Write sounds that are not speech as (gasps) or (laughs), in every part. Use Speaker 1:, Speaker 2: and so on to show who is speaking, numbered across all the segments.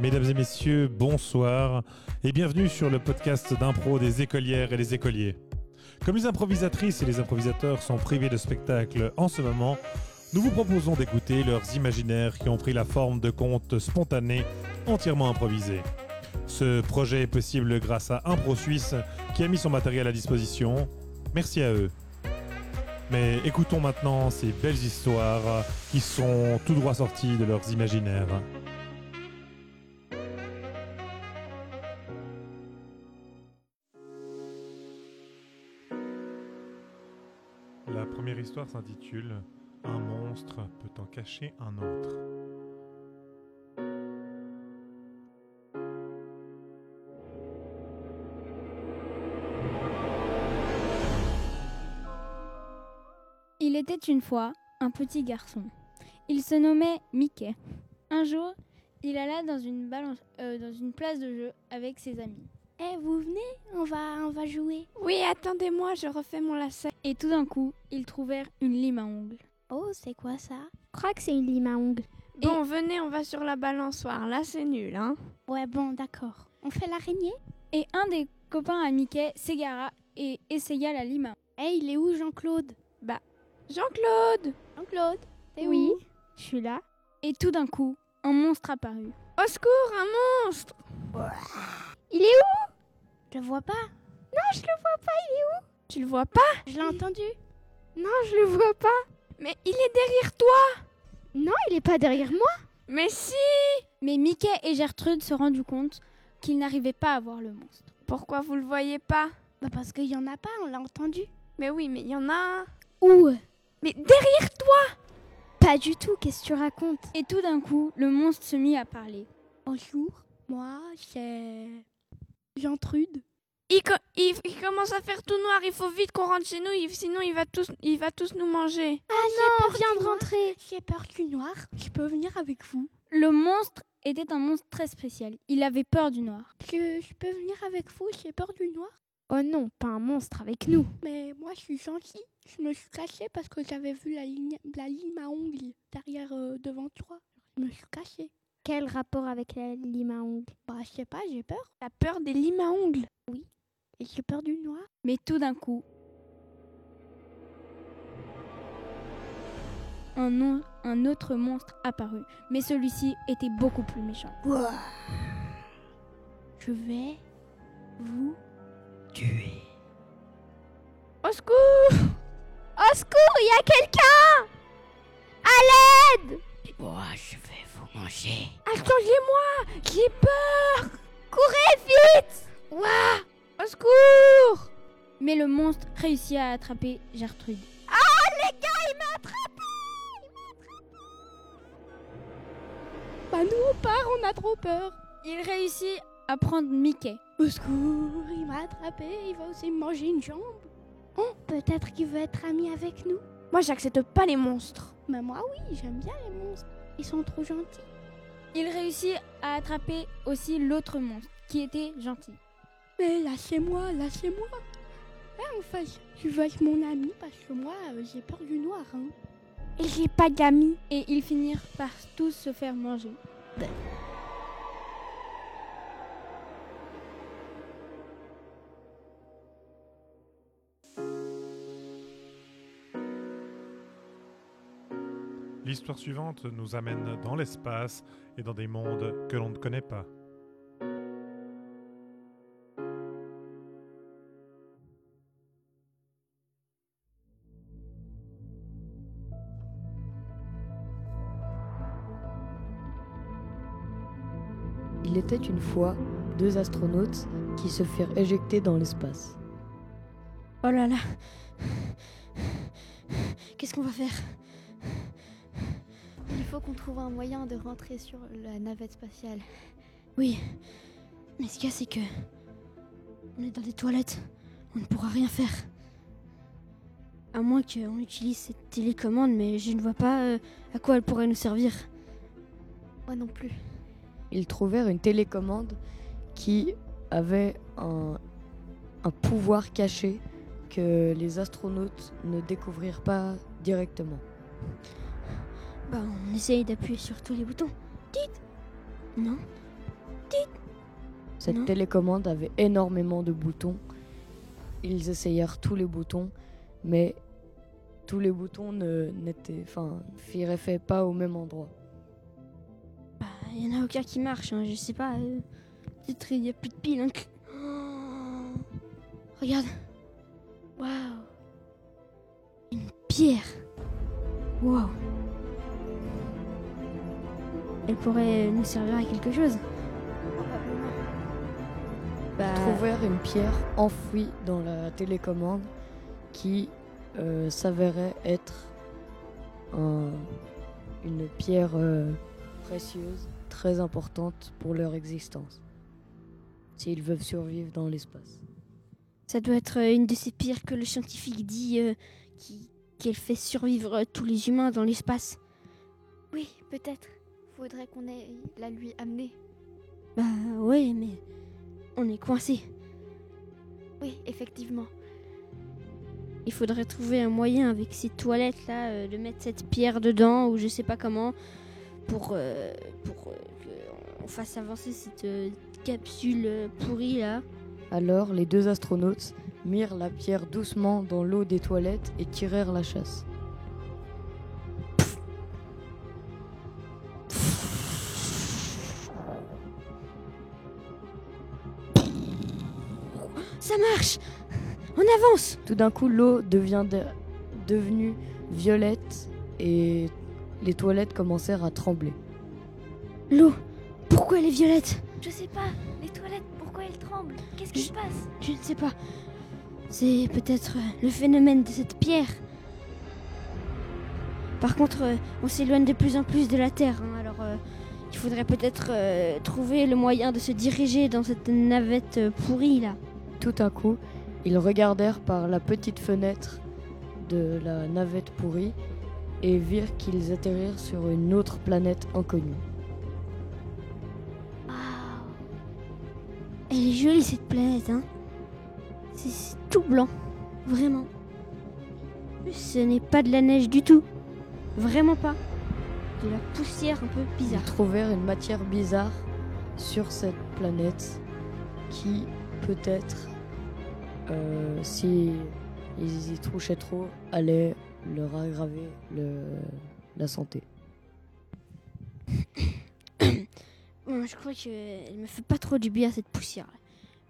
Speaker 1: Mesdames et messieurs, bonsoir et bienvenue sur le podcast d'impro des écolières et des écoliers. Comme les improvisatrices et les improvisateurs sont privés de spectacle en ce moment, nous vous proposons d'écouter leurs imaginaires qui ont pris la forme de contes spontanés entièrement improvisés. Ce projet est possible grâce à Impro Suisse qui a mis son matériel à disposition. Merci à eux. Mais écoutons maintenant ces belles histoires qui sont tout droit sorties de leurs imaginaires. La première histoire s'intitule Un monstre peut en cacher un autre.
Speaker 2: Il était une fois un petit garçon. Il se nommait Mickey. Un jour, il alla dans une, balance- euh, dans une place de jeu avec ses amis.
Speaker 3: Eh, vous venez On va, on va jouer.
Speaker 4: Oui, attendez-moi, je refais mon lacet.
Speaker 2: Et tout d'un coup, ils trouvèrent une lime à ongles.
Speaker 3: Oh, c'est quoi ça Je crois que c'est une lime à ongles.
Speaker 4: Bon, venez, on va sur la balançoire. Là, c'est nul, hein
Speaker 3: Ouais, bon, d'accord. On fait l'araignée
Speaker 2: Et un des copains à Mickey s'égara et essaya la lime à ongles.
Speaker 3: Eh, il est où Jean-Claude
Speaker 4: Jean-Claude
Speaker 3: Jean-Claude T'es
Speaker 2: Oui,
Speaker 3: où Je suis là.
Speaker 2: Et tout d'un coup, un monstre apparut.
Speaker 4: Au secours, un monstre
Speaker 3: Il est où Je le vois pas.
Speaker 4: Non, je le vois pas, il est où Tu le vois pas
Speaker 3: Je l'ai entendu.
Speaker 4: Non, je le vois pas. Mais il est derrière toi
Speaker 3: Non, il est pas derrière moi.
Speaker 4: Mais si
Speaker 2: Mais Mickey et Gertrude se rendirent compte qu'ils n'arrivaient pas à voir le monstre.
Speaker 4: Pourquoi vous le voyez pas
Speaker 3: Bah parce qu'il y en a pas, on l'a entendu.
Speaker 4: Mais oui, mais il y en a un.
Speaker 3: Où
Speaker 4: Mais derrière toi
Speaker 3: Pas du tout, qu'est-ce que tu racontes
Speaker 2: Et tout d'un coup, le monstre se mit à parler.
Speaker 3: Bonjour, moi c'est... Jean-Trude.
Speaker 4: il, co- il- il commence à faire tout noir, il faut vite qu'on rentre chez nous, il- sinon il va tous, il va tous nous manger.
Speaker 3: Ah non,
Speaker 4: viens de
Speaker 3: rentrer. J'ai peur du noir. Je peux venir avec vous
Speaker 2: Le monstre était un monstre très spécial. Il avait peur du noir.
Speaker 3: Je, je peux venir avec vous, j'ai peur du noir.
Speaker 5: Oh non, pas un monstre avec nous.
Speaker 3: Mais moi, je suis gentille. Je me suis cachée parce que j'avais vu la ligne, la lime à ongles derrière, euh, devant toi. Je me suis cachée.
Speaker 5: Quel rapport avec la lime à ongles
Speaker 3: Bah, je sais pas, j'ai peur.
Speaker 4: T'as peur des limes à ongles
Speaker 3: Et j'ai peur du noir.
Speaker 2: Mais tout d'un coup, un, on- un autre monstre apparut. Mais celui-ci était beaucoup plus méchant.
Speaker 3: Je vais vous tuer.
Speaker 4: Au secours
Speaker 3: Au secours, il y a quelqu'un À l'aide Moi, je vais vous manger.
Speaker 4: Attendez-moi J'ai peur
Speaker 3: Courez vite
Speaker 4: Ouah Au secours
Speaker 2: Mais le monstre réussit à attraper Gertrude.
Speaker 3: Oh, les gars, il m'a attrapé Bah, nous, on part, on a trop peur.
Speaker 2: Il réussit à prendre Mickey.
Speaker 3: Au secours, il m'a attrapé, il va aussi me manger une jambe. Oh, peut-être qu'il veut être ami avec nous.
Speaker 4: Moi, j'accepte pas les monstres.
Speaker 3: Mais moi, oui, j'aime bien les monstres. Ils sont trop gentils.
Speaker 2: Il réussit à attraper aussi l'autre monstre, qui était gentil.
Speaker 3: Mais lâchez-moi, lâchez-moi. Eh, en fait, je veux être mon ami parce que moi, euh, j'ai peur du noir. Hein.
Speaker 4: Et j'ai pas d'amis.
Speaker 2: Et ils finirent par tous se faire manger.
Speaker 1: L'histoire suivante nous amène dans l'espace et dans des mondes que l'on ne connaît pas.
Speaker 6: Il était une fois deux astronautes qui se firent éjecter dans l'espace.
Speaker 5: Oh là là. Qu'est-ce qu'on va faire
Speaker 7: Il faut qu'on trouve un moyen de rentrer sur la navette spatiale.
Speaker 5: Oui. Mais ce qu'il y a, c'est que. On est dans des toilettes. On ne pourra rien faire. À moins qu'on utilise cette télécommande, mais je ne vois pas euh, à quoi elle pourrait nous servir.
Speaker 7: Moi non plus.
Speaker 6: Ils trouvèrent une télécommande qui avait un, un pouvoir caché que les astronautes ne découvrirent pas directement.
Speaker 5: Bah, on essaye d'appuyer sur tous les boutons. Dites Non
Speaker 6: Cette
Speaker 2: Non.
Speaker 6: télécommande avait énormément de boutons. Ils essayèrent tous les boutons, mais tous les boutons ne n'étaient, enfin, firent effet pas au même endroit.
Speaker 2: Bah, il y en a aucun qui marche, hein, je sais pas. euh, Peut-être il y a plus de piles. hein. Oh, regarde. Waouh. Une pierre. Waouh. Elle pourrait nous servir à quelque chose. Bah,
Speaker 6: trouvèrent une pierre enfouie dans la télécommande qui euh, s'avérait être un- une pierre euh, précieuse, très importante pour leur existence, s'ils veulent survivre dans l'espace.
Speaker 2: ça doit être euh, une de ces pierres que le scientifique dit euh, qui- qu'elle fait survivre euh, tous les humains dans l'espace.
Speaker 8: Oui, peut-être. Faudrait qu'on ait la lui amener.
Speaker 2: Bah ouais, mais on est coincé.
Speaker 8: Oui, effectivement.
Speaker 2: Il faudrait trouver un moyen avec ces toilettes là euh, de mettre cette pierre dedans ou je sais pas comment pour euh, pour euh, qu'on fasse avancer cette euh, capsule euh, pourrie là.
Speaker 6: Alors, les deux astronautes mirent la pierre doucement dans l'eau des toilettes et tirèrent la chasse.
Speaker 2: Ça marche. On avance.
Speaker 6: Tout d'un coup, l'eau devient de- devenue violette et les toilettes commencèrent à trembler.
Speaker 2: L'eau. Pourquoi elle est violette
Speaker 8: Je sais pas, les toilettes, pourquoi elles tremblent Qu'est-ce qui
Speaker 2: Je-
Speaker 8: se passe
Speaker 2: Je ne sais pas. C'est peut-être euh, le phénomène de cette pierre. Par contre, euh, on s'éloigne de plus en plus de la Terre, hein, alors euh, il faudrait peut-être euh, trouver le moyen de se diriger dans cette navette euh, pourrie là.
Speaker 6: Tout à coup, ils regardèrent par la petite fenêtre de la navette pourrie et virent qu'ils atterrirent sur une autre planète inconnue.
Speaker 8: Waouh
Speaker 2: Elle est jolie cette planète, hein. C'est c'est tout blanc, vraiment. Ce n'est pas de la neige du tout, vraiment pas. De la poussière un peu bizarre.
Speaker 6: Ils trouvèrent une matière bizarre sur cette planète qui peut-être, euh, si ils y touchaient trop, allait leur aggraver le- la santé.
Speaker 2: Bon, je crois que elle me fait pas trop du bien cette poussière. là.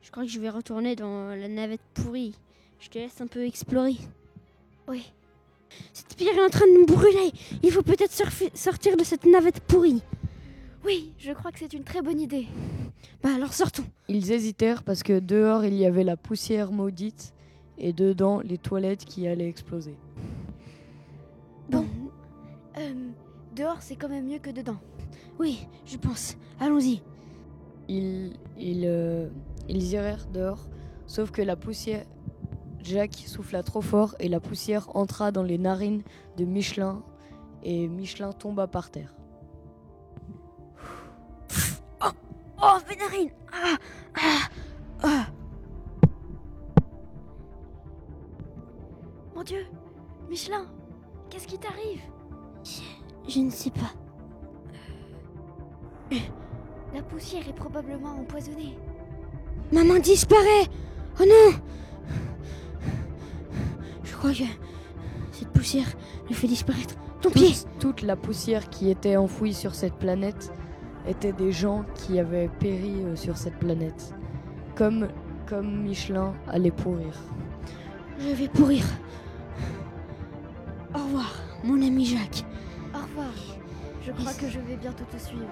Speaker 2: Je crois que je vais retourner dans la navette pourrie. Je te laisse un peu explorer.
Speaker 8: Oui,
Speaker 2: Cette pierre est en train de nous brûler. Il faut peut-être surfi- sortir de cette navette pourrie.
Speaker 8: oui, je crois que c'est une très bonne idée.
Speaker 2: Bah alors sortons.
Speaker 6: Ils hésitèrent parce que dehors il y avait la poussière maudite et dedans les toilettes qui allaient exploser.
Speaker 2: Bon,
Speaker 8: Euh, dehors, c'est quand même mieux que dedans.
Speaker 2: oui, je pense. Allons-y.
Speaker 6: Ils, ils, euh, ils irèrent dehors, sauf que la poussière. Jack souffla trop fort et la poussière entra dans les narines de Michelin et Michelin tomba par terre.
Speaker 2: Oh, Vénérine Ah Ah Ah
Speaker 8: Mon Dieu Michelin Qu'est-ce qui t'arrive
Speaker 2: Je ne sais pas.
Speaker 8: Euh, La poussière est probablement empoisonnée.
Speaker 2: Ma main disparaît Oh non Je crois que cette poussière me fait disparaître ton pied
Speaker 6: Toute, toute la poussière qui était enfouie sur cette planète était des gens qui avaient péri euh, sur cette planète, comme, comme Michelin allait pourrir.
Speaker 2: Je vais pourrir. Au revoir, mon ami Jacques.
Speaker 8: Au revoir. Je crois que je vais bientôt te suivre.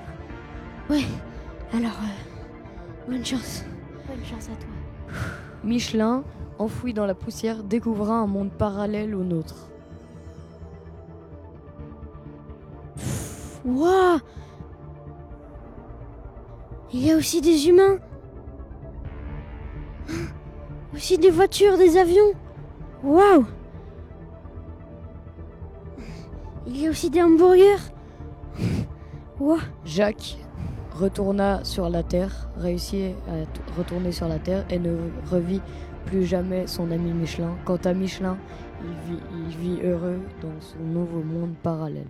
Speaker 2: Ouais, alors, euh, bonne chance.
Speaker 8: Bonne chance à toi.
Speaker 6: Michelin, enfoui dans la poussière, découvra un monde parallèle au nôtre.
Speaker 2: Ouah Il y a aussi des humains Hein Aussi des voitures, des avions Waouh Il y a aussi des hamburgers Waouh
Speaker 6: Jacques retourna sur la Terre, réussit à t- retourner sur la Terre et ne revit plus jamais son ami Michelin. Quant à Michelin, il vit, il vit heureux dans son nouveau monde parallèle.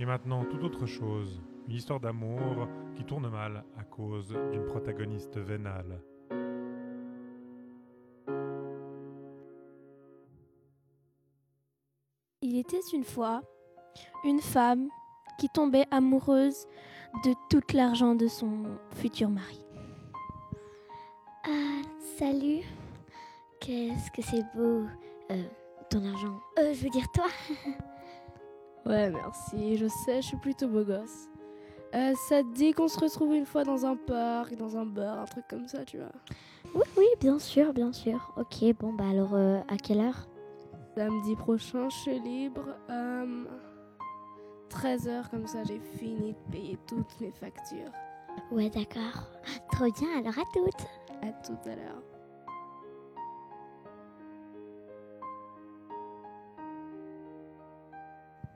Speaker 1: Et maintenant, tout autre chose. Une histoire d'amour qui tourne mal à cause d'une protagoniste vénale.
Speaker 9: Il était une fois une femme qui tombait amoureuse de tout l'argent de son futur mari.
Speaker 2: Ah, salut. Qu'est-ce que c'est beau, euh, ton argent. Euh, je veux dire toi.
Speaker 10: Ouais, merci, je sais, je suis plutôt beau gosse. Euh, ça te dit qu'on se retrouve une fois dans un parc, dans un bar, un truc comme ça, tu vois.
Speaker 2: Oui, oui, bien sûr, bien sûr. Ok, bon, bah alors, euh, à quelle heure
Speaker 10: Samedi prochain, je suis libre. euh, 13h, comme ça, j'ai fini de payer toutes mes factures.
Speaker 2: Ouais, d'accord. Trop bien, alors à toutes.
Speaker 10: À tout à l'heure.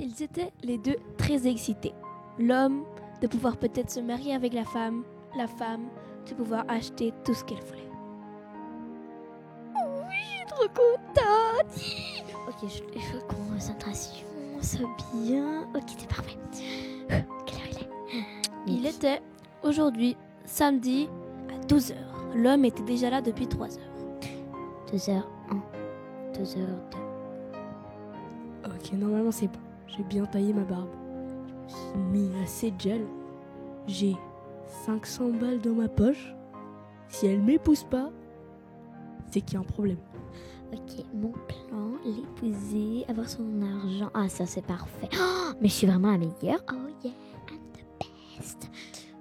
Speaker 9: Ils étaient les deux très excités. L'homme de pouvoir peut-être se marier avec la femme, la femme de pouvoir acheter tout ce qu'elle voulait.
Speaker 2: Trop contente. Ok, je, il faut qu'on concentration. Ça bien. Ok, c'est parfait. Quelle heure il est
Speaker 9: Il était aujourd'hui, samedi, à 12h. L'homme était déjà là depuis 3 heures.
Speaker 2: 2h1, 2h2.
Speaker 10: Ok, normalement, c'est bon. J'ai bien taillé ma barbe. J'ai mis assez de gel. J'ai 500 balles dans ma poche. Si elle m'épouse pas, c'est qu'il y a un problème.
Speaker 2: Ok, mon plan, l'épouser, avoir son argent. Ah, ça c'est parfait. (gasps) Oh, mais je suis vraiment la meilleure. Oh yeah, I'm the best.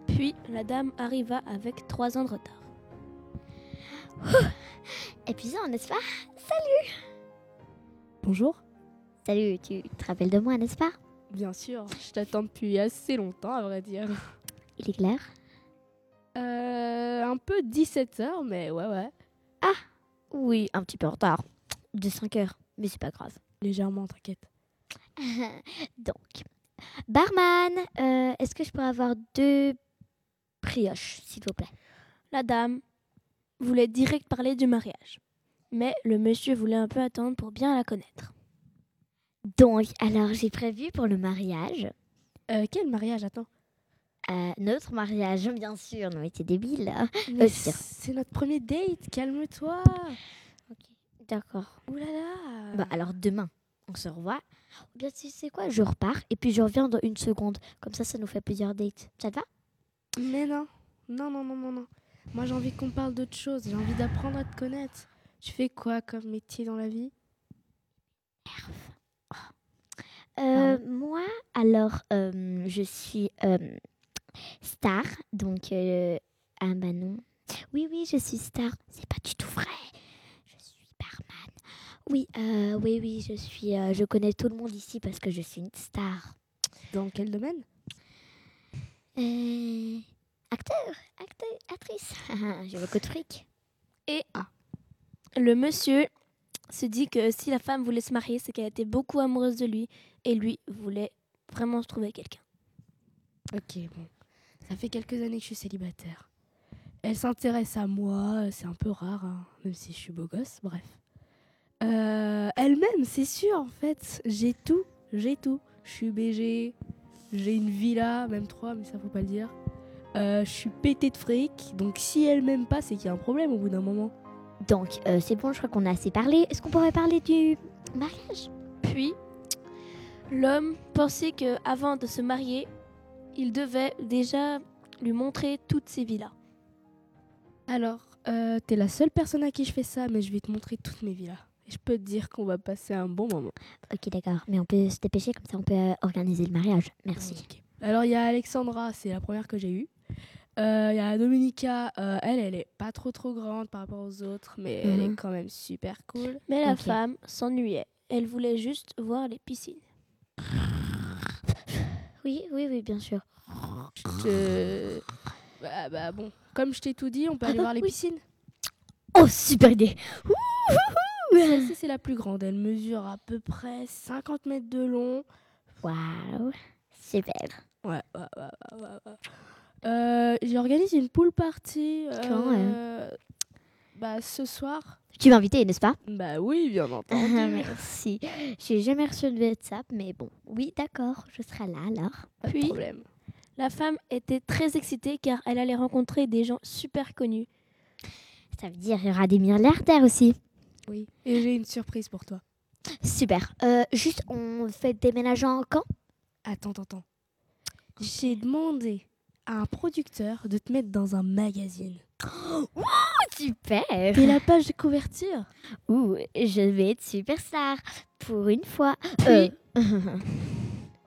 Speaker 9: Puis la dame arriva avec 3 ans de retard.
Speaker 2: Épuisant, n'est-ce pas
Speaker 10: Bonjour.
Speaker 2: Salut, tu te rappelles de moi, n'est-ce pas
Speaker 10: Bien sûr, je t'attends depuis assez longtemps, à vrai dire.
Speaker 2: Il est clair
Speaker 10: Euh, un peu 17h, mais ouais, ouais.
Speaker 2: Ah, Oui, un petit peu en retard. De 5 heures, mais c'est pas grave.
Speaker 10: Légèrement, t'inquiète.
Speaker 2: Donc, barman, euh, est-ce que je pourrais avoir deux brioches, s'il vous plaît
Speaker 9: La dame voulait direct parler du mariage. Mais le monsieur voulait un peu attendre pour bien la connaître.
Speaker 2: Donc, alors j'ai prévu pour le mariage,
Speaker 10: Euh, quel mariage Attends.
Speaker 2: euh, notre mariage, bien sûr, non mais t'es débile là.
Speaker 10: Mais
Speaker 2: Euh, c'est-
Speaker 10: c'est notre premier date, calme-toi.
Speaker 2: D'accord.
Speaker 10: Ouh là là.
Speaker 2: Bah alors demain, on se revoit. Ou Bien tu sais quoi, je repars et puis je reviens dans une seconde. Comme ça, ça nous fait plusieurs dates. Ça te va
Speaker 10: Mais non, non, non, non, non, non. Moi, j'ai envie qu'on parle d'autre chose. J'ai envie d'apprendre à te connaître. Tu fais quoi comme métier dans la vie
Speaker 2: Euh, Moi, alors, euh, je suis euh, star. Donc, euh, ah bah non. Oui, oui, je suis star. C'est pas du tout vrai. Je suis barman. Oui, euh, oui, oui, je suis. euh, je connais tout le monde ici parce que je suis une star.
Speaker 10: Dans quel domaine
Speaker 2: Euh, acteur, acteur, actrice. (laughs) J'ai beaucoup de fric.
Speaker 9: Le monsieur se dit que si la femme voulait se marier, c'est qu'elle était beaucoup amoureuse de lui et lui voulait vraiment se trouver quelqu'un.
Speaker 10: Ok, bon. Ça fait quelques années que je suis célibataire. Elle s'intéresse à moi, euh, c'est un peu rare, hein, même si je suis beau gosse, bref. Euh, Elle-même, c'est sûr, en fait. J'ai tout, j'ai tout. Je suis BG, j'ai une villa, même trois, mais ça faut pas le dire. Euh, je suis pété de fric, donc si elle m'aime pas, c'est qu'il y a un problème au bout d'un moment.
Speaker 2: Donc, euh, c'est bon, je crois qu'on a assez parlé. Est-ce qu'on pourrait parler du mariage
Speaker 9: Puis, l'homme pensait que avant de se marier, il devait déjà lui montrer toutes ses villas.
Speaker 10: Alors, euh, t'es la seule personne à qui je fais ça, mais je vais te montrer toutes mes villas. Et je peux te dire qu'on va passer un bon moment.
Speaker 2: Ok, d'accord. Mais on peut se dépêcher, comme ça on peut euh, organiser le mariage. Merci.
Speaker 10: Ok. Alors il y a Alexandra, c'est la première que j'ai eue. Euh, Il y a Dominica, euh, elle, elle est pas trop trop grande par rapport aux autres, mais elle est
Speaker 2: Mhm.
Speaker 10: quand même super cool.
Speaker 9: Mais la
Speaker 2: Ok.
Speaker 9: femme s'ennuyait. Elle voulait juste voir les piscines.
Speaker 2: Oui, oui, oui, bien sûr.
Speaker 10: Je te- Bah, bah, bon, comme je t'ai tout dit, on peut aller voir les piscines.
Speaker 2: Oh, super idée
Speaker 10: Celle-ci c'est la plus grande, elle mesure à peu près 50 mètres de long.
Speaker 2: Waouh Super
Speaker 10: Ouais, ouais, ouais, ouais, ouais, ouais. Euh, J'organise une pool party.
Speaker 2: Quand,
Speaker 10: euh, Bah ce soir.
Speaker 2: Tu m'as invité, n'est-ce pas
Speaker 11: Bah oui, (laughs) bien entendu.
Speaker 2: Merci. J'ai jamais reçu de WhatsApp, mais bon. Oui, d'accord, je serai là alors.
Speaker 12: Puis, la femme était très excitée car elle allait rencontrer des gens super connus.
Speaker 2: Ça veut dire qu'il y aura des milliardaires aussi.
Speaker 11: Oui. Et j'ai une surprise pour toi.
Speaker 2: Super. Euh, juste, on fait déménager en camp
Speaker 11: Attends, attends, attends. J'ai demandé à un producteur de te mettre dans un magazine.
Speaker 2: Wow, super
Speaker 11: Et la page de couverture
Speaker 2: Ouh, je vais être superstar. Pour une fois. euh,
Speaker 12: Puis-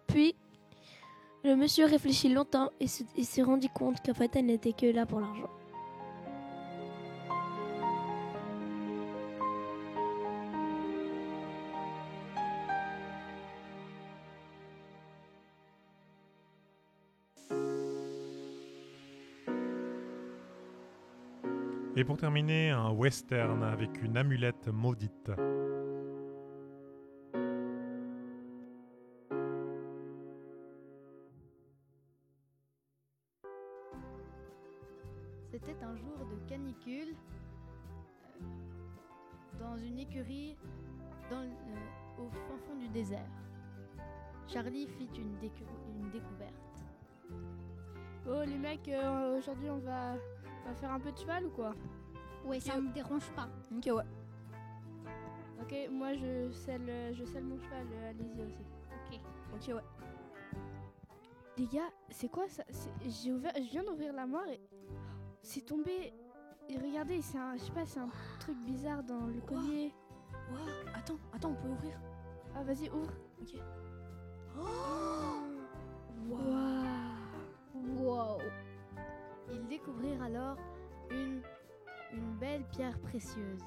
Speaker 12: Puis, le monsieur réfléchit longtemps et se- et s'est rendu compte qu'en fait, elle n'était que là pour l'argent.
Speaker 1: Et pour terminer, un western avec une amulette maudite.
Speaker 10: C'était un jour de canicule euh, dans une écurie dans le- euh, au fin fond du désert. Charlie fit une, décou- une découverte.
Speaker 3: Oh les mecs, euh, aujourd'hui on va, on va faire un peu de cheval ou quoi
Speaker 4: Ouais, ça me dérange pas.
Speaker 3: Ok, ouais. Ok, moi je selle, euh, je selle mon cheval, euh, allez-y aussi. Ok. Ok, ouais. Les gars, c'est quoi ça C'est- J'ai ouvert, je viens d'ouvrir la mare et c'est tombé. Et regardez, c'est un, je sais pas, c'est un truc bizarre dans le collier. Attends, attends, on peut ouvrir Ah vas-y, ouvre. Ok.
Speaker 10: Oh Wow Ils découvrirent alors une, une belle pierre précieuse.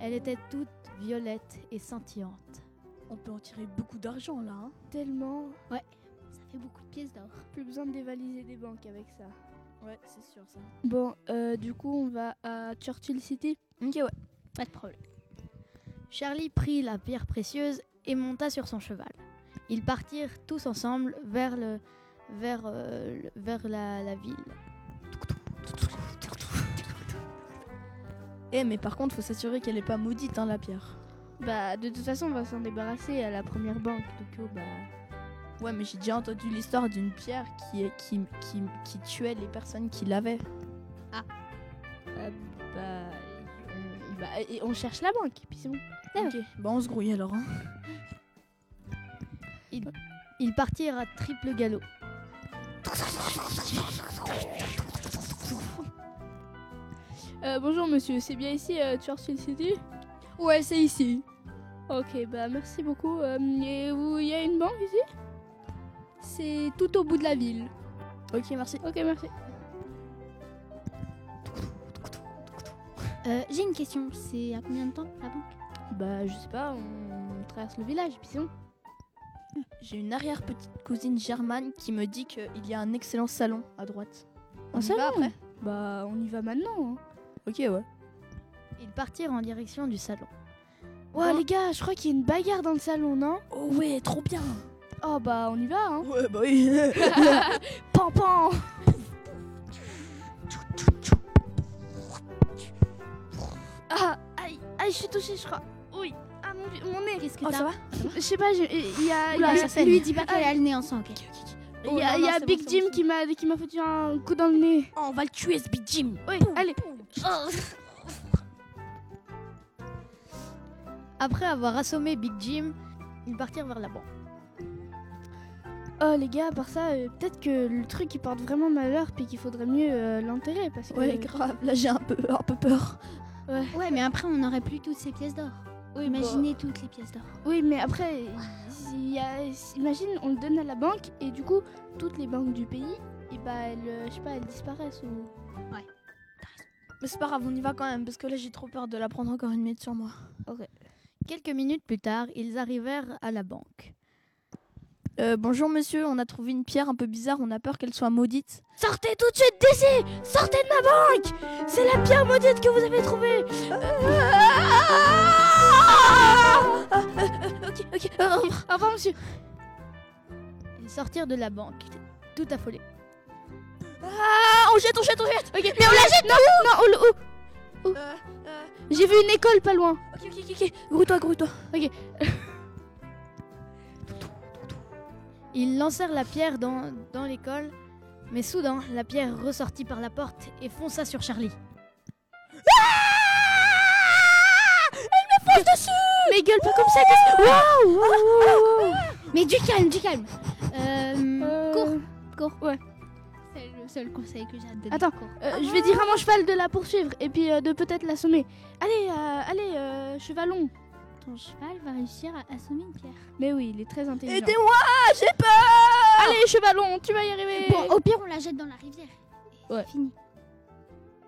Speaker 10: Elle était toute violette et scintillante.
Speaker 11: On peut en tirer beaucoup d'argent là. hein.
Speaker 3: Tellement.
Speaker 10: Ouais, ça fait beaucoup de pièces d'or.
Speaker 3: Plus besoin de dévaliser des banques avec ça.
Speaker 11: Ouais, c'est sûr ça.
Speaker 3: Bon, euh, du coup, on va à Churchill City.
Speaker 10: Ok, ouais. Pas de problème. Charlie prit la pierre précieuse et monta sur son cheval. Ils partirent tous ensemble vers, le, vers, euh, le- vers la, la ville.
Speaker 11: Eh, mais par contre, faut s'assurer qu'elle est pas maudite, hein, la pierre.
Speaker 3: Bah, de toute façon, on va s'en débarrasser à la première banque. Donc, euh, bah.
Speaker 9: Ouais, mais j'ai déjà entendu l'histoire d'une pierre qui, qui, qui, qui tuait les personnes qui l'avaient.
Speaker 3: Ah.
Speaker 9: bah.
Speaker 3: Bah, et on cherche la banque, puis c'est bon.
Speaker 9: Ok, bah on se grouille alors. hein.
Speaker 10: Ils, ils partirent à triple galop.
Speaker 3: Euh, bonjour, monsieur, c'est bien ici, euh, Churchill City Ouais, c'est ici. Ok, bah, merci beaucoup. Euh, et vous, il y a une banque ici C'est tout au bout de la ville.
Speaker 9: Ok, merci.
Speaker 3: Ok, merci.
Speaker 4: Euh, J'ai une question. C'est à combien de temps la banque
Speaker 3: Bah, je sais pas, on traverse le village, puis c'est bon.
Speaker 9: J'ai une arrière-petite cousine germane qui me dit qu'il y a un excellent salon à droite. On y va après
Speaker 3: Bah, on y va maintenant.
Speaker 9: Ok, ouais.
Speaker 10: Ils partirent en direction du salon. Hein
Speaker 3: Ouais, les gars, je crois qu'il y a une bagarre dans le salon, non
Speaker 9: Oh, ouais, trop bien
Speaker 3: Oh, bah, on y va, hein
Speaker 9: Ouais, bah oui
Speaker 3: Pan, pan
Speaker 9: Ah, aïe, aïe, je suis touchée, je crois. Oui.
Speaker 3: Ah, mon, Dieu, mon nez
Speaker 4: Qu'est-ce que
Speaker 3: Oh,
Speaker 4: t'as
Speaker 3: ça va Je sais pas, je- il y
Speaker 10: Ah,
Speaker 3: a.
Speaker 4: Oula,
Speaker 3: il y a-
Speaker 4: ça saigne. Lui, dis pas qu'elle a le nez en sang, ok.
Speaker 3: Il y a, il y a Big Jim qui m'a qui m'a foutu un coup dans le nez.
Speaker 9: Oh, on va le tuer, ce Big Jim.
Speaker 3: Oui, allez.
Speaker 10: (laughs) Après avoir assommé Big Jim, ils partirent vers la banque.
Speaker 3: Oh les gars, à part ça, euh, peut-être que le truc il porte vraiment malheur puis qu'il faudrait mieux euh, l'enterrer parce que.
Speaker 9: Ouais, grave, là j'ai un peu, un peu peur.
Speaker 3: Ouais.
Speaker 4: mais après, on n'aurait plus toutes ces pièces d'or.
Speaker 3: Oui,
Speaker 4: Imaginez toutes les pièces d'or.
Speaker 3: Oui, mais après, il y a- imagine, on le donne à la banque et du coup, toutes les banques du pays, et bah, elles, euh, je sais pas, elles disparaissent ou. Ouais.
Speaker 9: Mais c'est pas grave, on y va quand même, parce que là j'ai trop peur de la prendre encore une minute sur moi.
Speaker 3: Ok.
Speaker 10: Quelques minutes plus tard, ils arrivèrent à la banque.
Speaker 9: Euh, bonjour monsieur, on a trouvé une pierre un peu bizarre, on a peur qu'elle soit maudite. Sortez tout de suite d'ici Sortez de ma banque C'est la pierre maudite que vous avez trouvée
Speaker 3: Ok, ok,
Speaker 9: euh,
Speaker 3: au revoir, au revoir, monsieur.
Speaker 10: Ils sortirent de la banque, tout affolés.
Speaker 9: Ah, on jette, on jette, on jette Ok, mais on la jette
Speaker 3: Non, non, on le- oh,
Speaker 2: J'ai vu une école pas loin.
Speaker 4: Ok, ok, ok, ok. Grouille-toi, grouille-toi.
Speaker 2: Ok.
Speaker 10: Ils lancèrent la pierre dans, dans l'école, mais soudain, la pierre ressortit par la porte et fonça sur Charlie.
Speaker 2: Ah Fonce dessus Mais gueule pas comme ça, qu'est-ce que.
Speaker 10: Ah,
Speaker 2: Waouh waouh, waouh, waouh.
Speaker 10: Mais du calme, du calme
Speaker 2: Euh.
Speaker 10: Cours, cours, ouais.
Speaker 2: C'est le seul conseil que j'ai à donner.
Speaker 3: Attends, euh, je vais dire à mon cheval de la poursuivre et puis euh, de peut-être l'assommer. Allez, euh, allez, euh, chevalon.
Speaker 2: Ton cheval va réussir à assommer une pierre.
Speaker 3: Mais oui, il est très intelligent.
Speaker 2: Aidez-moi,
Speaker 3: j'ai peur Allez, chevalon, tu vas y arriver.
Speaker 13: Bon, au pire, on la jette dans la rivière.
Speaker 3: Ouais.
Speaker 13: Fini.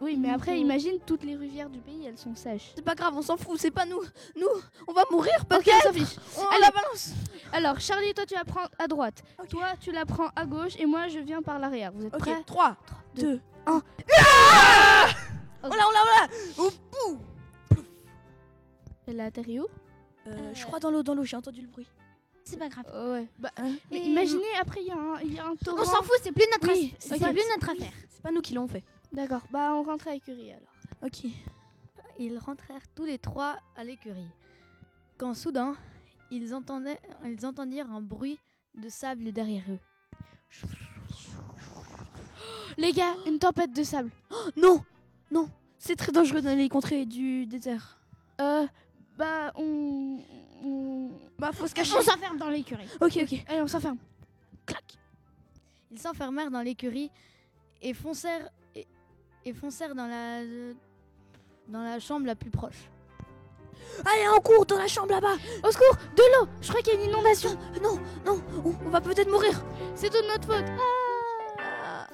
Speaker 3: Oui, mais après,
Speaker 9: Bon.
Speaker 3: imagine toutes les rivières du pays, elles sont sèches.
Speaker 9: C'est pas grave, on s'en fout, c'est pas nous. Nous, on va mourir
Speaker 3: Ok,
Speaker 9: peut-être.
Speaker 3: on s'en fiche.
Speaker 9: On
Speaker 3: Allez.
Speaker 9: la balance.
Speaker 3: Alors, Charlie, toi, tu la prends à droite. Toi, tu la prends à gauche et moi, je viens par l'arrière. Vous êtes
Speaker 9: Ok,
Speaker 3: prêts
Speaker 9: 3,
Speaker 3: 2,
Speaker 9: 1.
Speaker 3: On
Speaker 9: l'a, on l'a, on l'a Ah Au bout Euh,
Speaker 3: Elle a atterri où
Speaker 9: Je crois dans l'eau, dans l'eau, j'ai entendu le bruit.
Speaker 13: Euh.
Speaker 9: Hein
Speaker 13: C'est pas grave.
Speaker 3: Ouais. Bah, mais
Speaker 13: Et-
Speaker 3: imaginez, après, il y, a un- il y a un torrent.
Speaker 13: On s'en fout, c'est plus notre
Speaker 3: Oui,
Speaker 13: affaire.
Speaker 3: ok.
Speaker 13: C'est plus notre affaire.
Speaker 9: C'est pas nous qui l'ont fait.
Speaker 3: D'accord, bah, on rentre à l'écurie alors.
Speaker 9: Ok.
Speaker 10: Ils rentrèrent tous les trois à l'écurie. Quand soudain, ils, entendaient, ils entendirent un bruit de sable derrière eux.
Speaker 3: Les gars, une tempête de sable.
Speaker 9: non Non C'est très dangereux dans les contrées du désert.
Speaker 3: Euh, bah, on. on-
Speaker 9: Bah, faut se cacher.
Speaker 13: On s'enferme dans l'écurie.
Speaker 9: Ok, ok.
Speaker 3: Allez, on s'enferme.
Speaker 10: Ils s'enfermèrent dans l'écurie et foncèrent, et, et foncèrent dans, la, dans la chambre la plus proche.
Speaker 9: Allez, on court dans la chambre là-bas
Speaker 3: Au secours De l'eau Je crois qu'il y a une inondation
Speaker 9: Non, non, on, on va peut-être mourir
Speaker 3: C'est toute notre faute Ah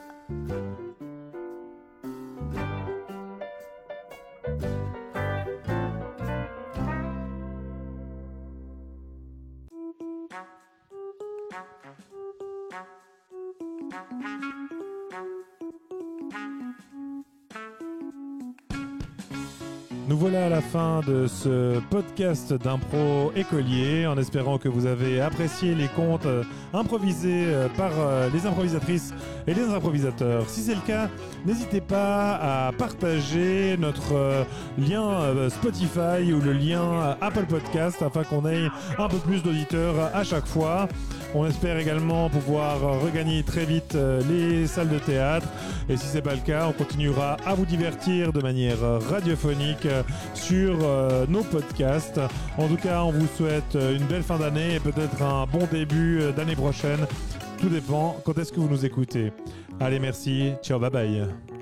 Speaker 1: Nous voilà à la fin de ce podcast d'impro écolier, en espérant que vous avez apprécié les contes euh, improvisés euh, par euh, les improvisatrices et les improvisateurs. Si c'est le cas, n'hésitez pas à partager notre euh, lien euh, Spotify ou le lien euh, Apple Podcast afin qu'on ait un peu plus d'auditeurs euh, à chaque fois. On espère également pouvoir euh, regagner très vite euh, les salles de théâtre. Et si c'est pas le cas, on continuera à vous divertir de manière euh, radiophonique euh, sur euh, nos podcasts. En tout cas, on vous souhaite euh, une belle fin d'année et peut-être un bon début euh, d'année prochaine. Tout dépend quand est-ce que vous nous écoutez. Allez, merci. Ciao, bye bye.